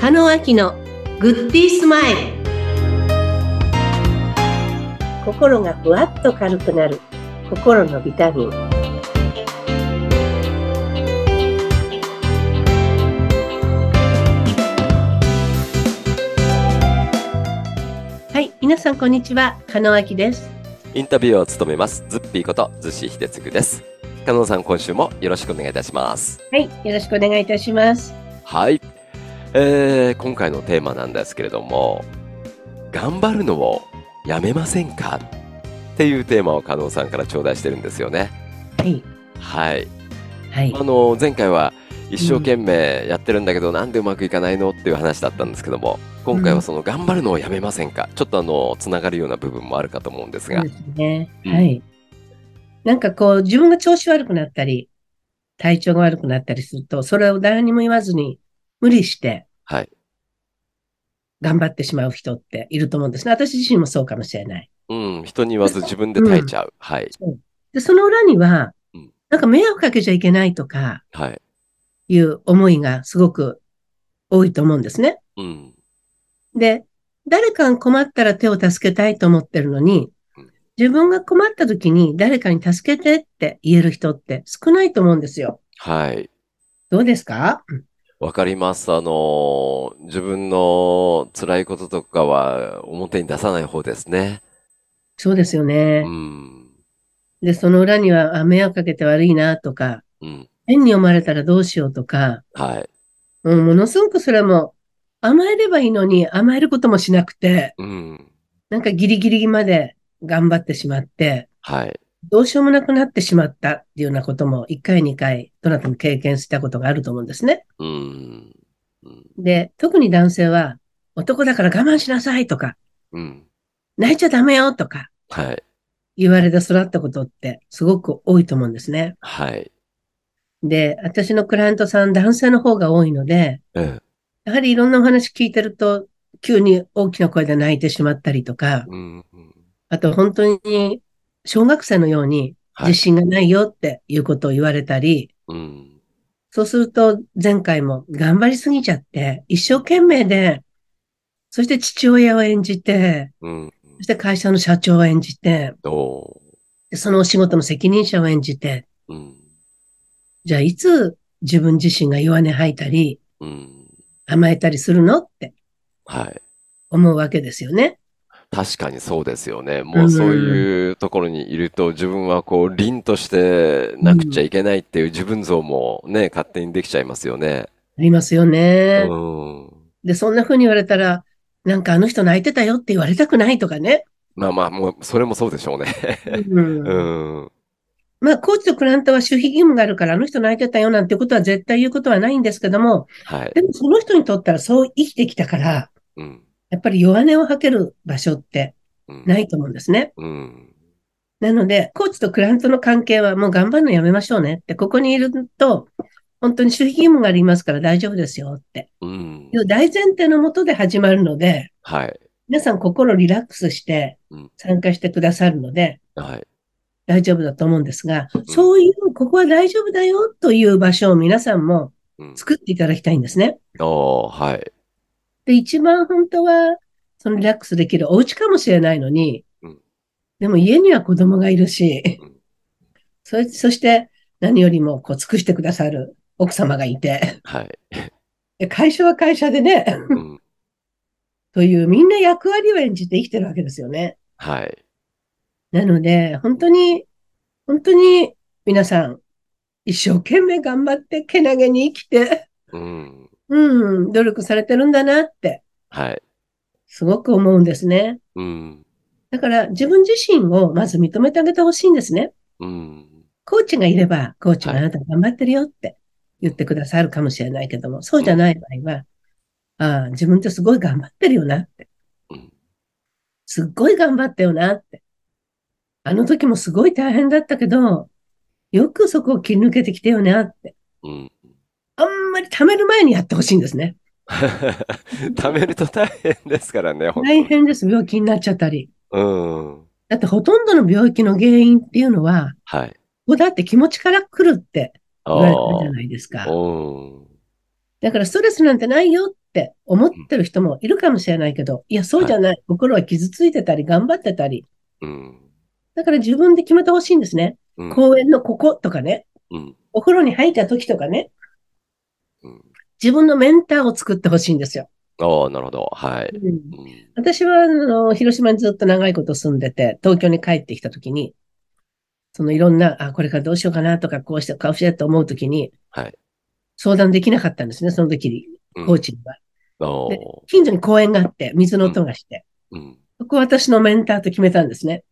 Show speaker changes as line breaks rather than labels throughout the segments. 中野明のグッディースマイル心がふわっと軽くなる心のビタミンはい皆さんこんにちは加納明です
インタビューを務めます、ズッピーこと、ズシヒデツグです。カノンさん、今週もよろしくお願いいたします。
はいよろしくお願いいたします
はい。えー、今回のテーマなんですけれども、頑張るのをやめませんかっていうテーマをカノンさんから頂戴してるんですよね。
はい
はい。
はい
あの、前回は一生懸命やってるんだけど、なんでうまくいかないのっていう話だったんですけども、今回はその頑張るのをやめませんかちょっとあの、つながるような部分もあるかと思うんです
そう
が
で、すね。
うん
はい。なんかこう、自分が調子悪くなったり、体調が悪くなったりすると、それを誰にも言わずに、無理して、
はい
頑張ってしまう人っていると思うんですね。私自身もそうかもしれない。
うん、人に言わず自分で耐えちゃう。はい。
で、その裏には
うん、
なんか迷惑かけちゃいけないとか
はい。
いう思いがすごく多いと思うんですね。
うん。
で、誰かが困ったら手を助けたいと思ってるのに
うん、
自分が困った時に誰かに助けてって言える人って少ないと思うんですよ。
はい。
どうですかうん
わかります。あのー自分の辛いこととかは表に出さない方ですね。
そうですよね
う。ん。
で、その裏には、あ迷惑かけて悪いなとか、
うん。
変に思われたらどうしようとか、
はい。
うん、ものすごくそれも甘えればいいのに甘えることもしなくて、
うん。
なんかギリギリまで頑張ってしまって、
はい。
どうしようもなくなってしまったっていうようなことも1回2回どなたも経験したことがあると思うんですね。
うん。うん。
で、特に男性は男だから我慢しなさいとか、
うん。
泣いちゃダメよとか
はい。
言われて育ったことってすごく多いと思うんですね。
はい。
で、私のクライアントさん、男性の方が多いので、
うん。
やはりいろんなお話聞いてると、急に大きな声で泣いてしまったりとか、
うん。うん
あと本当に小学生のように
は
自
い。
信がないよっていうことを言われたり、
うん。
そうすると前回も頑張りすぎちゃって、一生懸命で、そして父親を演じて、
うん。
そして会社の社長を演じて、
ど
でそのお仕事の責任者を演じて、
ううん。
じゃあいつ自分自身が弱音吐いたり、
うん。
甘えたりするのって
はい。
思うわけですよね。
確かにそうですよね。もうそういうところにいると自分はこう凛としてなくちゃいけないっていう自分像もね、勝手にできちゃいますよね。
ありますよ
う
ね。
ん。
で、そんな風に言われたら、なんかあの人泣いてたよって言われたくないとかね。
まあまあ、もうそれもそうで しょうね。
うん
うん。
まあ、コーチとクライアントは守秘義務があるから、あの人泣いてたよなんてことは絶対言うことはないんですけども、
はい。
でもその人にとったらそう生きてきたから、
うん。
やっぱり弱音を吐ける場所って
うん。
ないと思うんですね。
うん。
なので、コーチとクライアントの関係はもう頑張るのやめましょうねって、ここにいると、本当に守秘義務がありますから大丈夫ですよって
うん
い。う大前提のもとで始まるので、
はい。
皆さん心リラックスして
うん
参加してくださるので
はい。
大丈夫だと思うんですが、
ん
そういう、ここは大丈夫だよという場所を皆さんも
うん。
作っていただきたいんですね。
おー、はい。
で、一番本当は、そのリラックスできるお家かもしれないのに
うん、
でも家には子供がいるし
うん、
そそして何よりもこう尽くしてくださる奥様がいて、
はい。
で会社は会社でね、
うん。
というみんな役割を演じて生きてるわけですよね。
はい。
なので、本当に、本当に皆さん、一生懸命頑張って、けなげに生きて、
うん。
うん、努力されてるんだなって、
はい。
すごく思うんですね。
うん。
だから、自分自身をまず認めてあげてほしいんですね。
うん。
コーチがいれば、コーチが
は
あ
い
なた頑張ってるよって言ってくださるかもしれないけども、そうじゃない場合は、ああ、自分ってすごい頑張ってるよなって
うん。
すっごい頑張ったよなって。あの時もすごい大変だったけど、よくそこを切り抜けてきたよなって。
うん。
あんまり貯める前にやってほしいんですね。
貯めると大変ですからね、本当
大
に。
変です。病気になっちゃったり。
うん。
だってほとんどの病気の原因っていうのは、
はい。
ここだって気持ちから来るって言われてる
お
じゃないですか。
ー。うん。
だからストレスなんてないよっって思ってる人もいるかもしれないけど、いや、そうじゃない。心は傷ついてたり、頑張ってたり。
うん。
だから自分で決めてほしいんですね。
うん。
公園のこことかね。
うん。
お風呂に入った時とかね。
うん。
自分のメンターを作ってほしいんですよ。
ああ、なるほど。はい。うん。
私は、あの、広島にずっと長いこと住んでて、東京に帰ってきたときに、そのいろんな、あ、これからどうしようかなとか、こうして、こうしてと思うときに、
はい
相談できなかったんですね、その時に、
うん
コーチには。
ああ。
近所に公園があって、水の音がして、
うん。
そこを私のメンターと決めたんですね。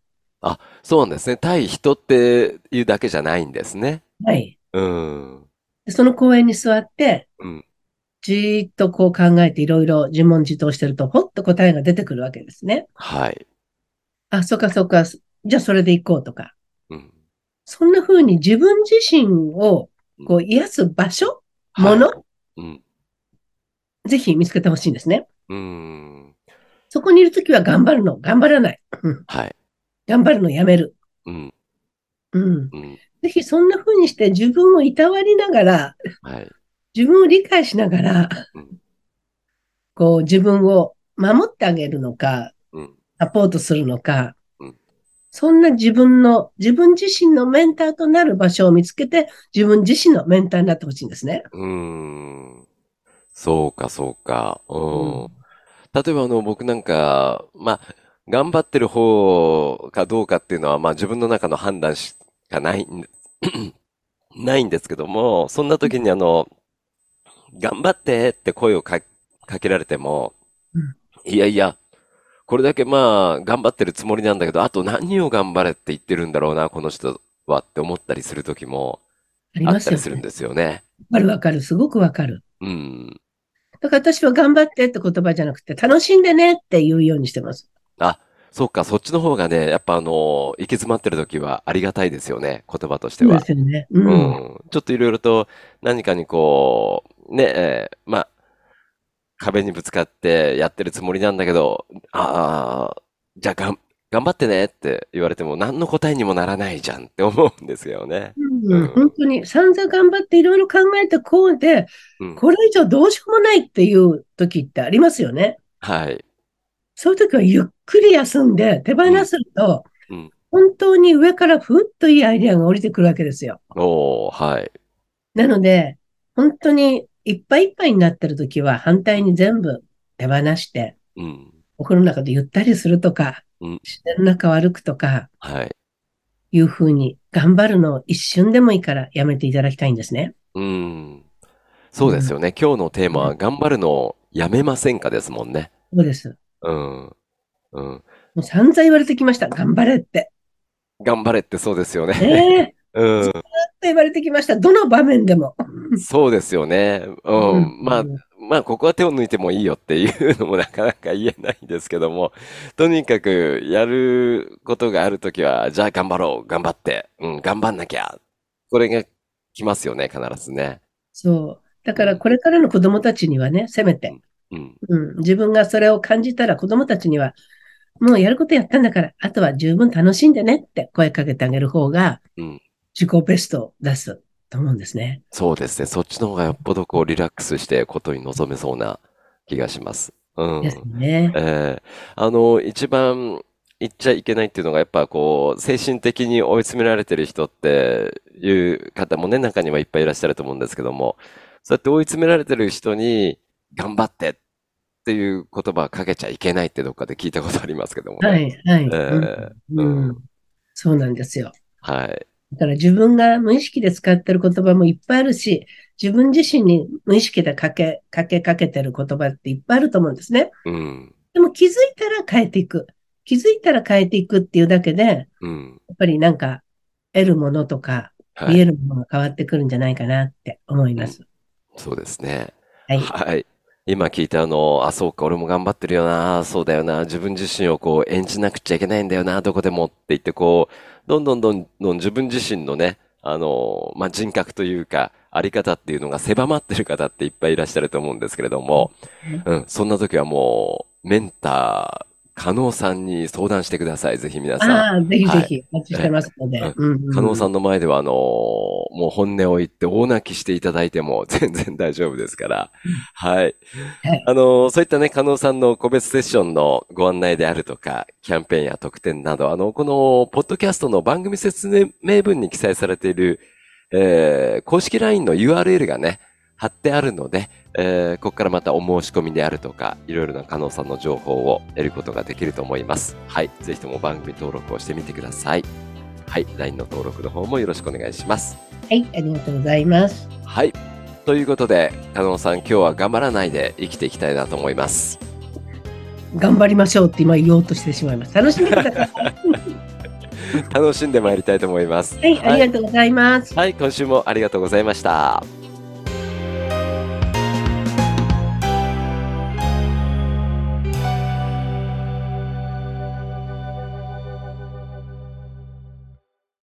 そうなんですね。対人っていうだけじゃないんですね。
はい。
うん。
でその公園に座って、
うん
じーっとこう考えていろいろ自問自答してると、ほっと答えが出てくるわけですね。
はい。
あ、そうかそうか、じゃあそれで行こうとか。
うん。
そんな風に自分自身をこう癒す場所、もの、
はいうん。
ぜひ見つけてほしいんですね。
うん。
そこにいるときは頑張るの、頑張らない。うん
はい。
頑張るのやめる。
うん。
うん。
うん。
ぜひそんな風にして自分をいたわりながら、
はい。
自分を理解しながら
うん、
こう自分を守ってあげるのか、
うん。
サポートするのか
うん、
そんな自分の、自分自身のメンターとなる場所を見つけて、自分自身のメンターになってほしいんですね。
うん。そうか、そうか。
うん
うん。例えば、あの、僕なんか、まあ、頑張ってる方かどうかっていうのは、まあ、自分の中の判断しかないん、 ないんですけども、そんな時に、あの、頑張ってって声をか、かけられても
うん、
いやいや、これだけまあ、頑張ってるつもりなんだけど、あと何を頑張れって言ってるんだろうな、この人はって思ったりする時も
あり
あ
ま
っ
す
た
よ
りするん
ね。
ですよね。
わかるわかる。すごくわかる。
うん。
だから私は頑張ってって言葉じゃなくて、楽しんでねって言うようにしてます。
そっか、そっちの方がね、やっぱあの、行き詰まってる時はありがたいですよね、言葉として
そう
は
で。すよね。う。
うんん。ちょっといろいろと何かにこう、ね、えーまあ、壁にぶつかってやってるつもりなんだけど、ああ、じゃあがん、頑張ってねって言われても何の答えにもならないじゃんって思うんですよね。
うん
うん
本当に散々頑張っていろいろ考えてこうで、
うん。
これ以上どうしようもないっていう時ってありますよね。
はい。
そういう時はゆっくり休んで手放すと、
うんうん
本当に上からふっといいアイデアが降りてくるわけですよ。
おー、はい。
なので、本当にいっぱいいっぱいになってる時は反対に全部手放して、
うん。
お風呂の中でゆったりするとか、
うん
自然の中を歩くとか、
はい。
いうふうに頑張るのを一瞬でもいいからやめていただきたいんですね。
うん。そうですよね。今日のテーマは頑張るのをやめませんかですもんね。
そうです。
うん。うん。
もう散々言われてきました。頑張れって。
頑張れってそうですよね。
ねえ
う ん。
と言われてきました。どの場面でも。
そうですよね。う。
うん
まあ、まあ、ここは手を抜いてもいいよっていうのもなかなか言えないんですけども、とにかくやることがあるときは、じゃあ頑張ろう、頑張って、うん、頑張んなきゃ。これが来ますよね、必ずね。
そう。だからこれからの子供たちにはね、せめて、
うん。
うん、自分がそれを感じたら子供たちには、もうやることやったんだから、あとは十分楽しんでねって声かけてあげる方が
うん、
自己ベストを出すと思うんですね。
そうですね。そっちの方がよっぽどこう、リラックスしてことに臨めそうな気がします。うん
です。ね。
ええ、あの、一番言っちゃいけないっていうのが、やっぱこう、精神的に追い詰められてる人っていう方もね、中にはいっぱいいらっしゃると思うんですけども、そうやって追い詰められてる人に、頑張ってっていう言葉はかけちゃいけないってどっかで聞いたことありますけども
は
ね。
い、はい。
え
う
うん
んうん、そうなんですよ。
はい。
だから自分が無意識で使ってる言葉もいっぱいあるし、自分自身に無意識でかけ、かけかけてる言葉っていっぱいあると思うんですね。
うん。
でも気づいたら変えていく。気づいたら変えていくっていうだけで、や
うん。
っぱりなんか得るものとか
はい
見えるものが変わってくるんじゃないかなって思います。
そうですね。
はい
はい。今聞いたあの、あ、そうか、俺も頑張ってるよな、そうだよな、自分自身をこう演じなくちゃいけないんだよな、どこでもって言って、こう、どんどんどんどん自分自身のね、あの、まあ、人格というか、あり方っていうのが狭まってる方っていっぱいいらっしゃると思うんですけれども、うん、そんな時はもう、メンター加納さんに相談してください。ぜひ皆さん。
ああ、ぜひ
は
ぜ
い
ひ、お待ちしてますので。
うん
うんうん
加納さんの前では、あのーもう本音を言って大泣きしていただいても 全然大丈夫ですから。はい。
はい
あのーそういったね、加納さんの個別セッションのご案内であるとか、キャンペーンや特典など、あの、この、ポッドキャストの番組説明文に記載されている、えー公式 LINE の URL がね、貼ってあるので、えーここからまたお申し込みであるとか、いろいろな加納さんの情報を得ることができると思います。はい。ぜひとも番組登録をしてみてください。はい、LINE の登録の方もよろしくお願いします。
はい、ありがとうございます。
はい。ということで、加納さん、今日は頑張らないで生きていきたいなと思います。
頑張りましょうって今言おうとしてしまいます。楽しんでく ださい。
楽しんでまいりたいと思います。
はい、ありがとうございます。
はい、今週もありがとうございました。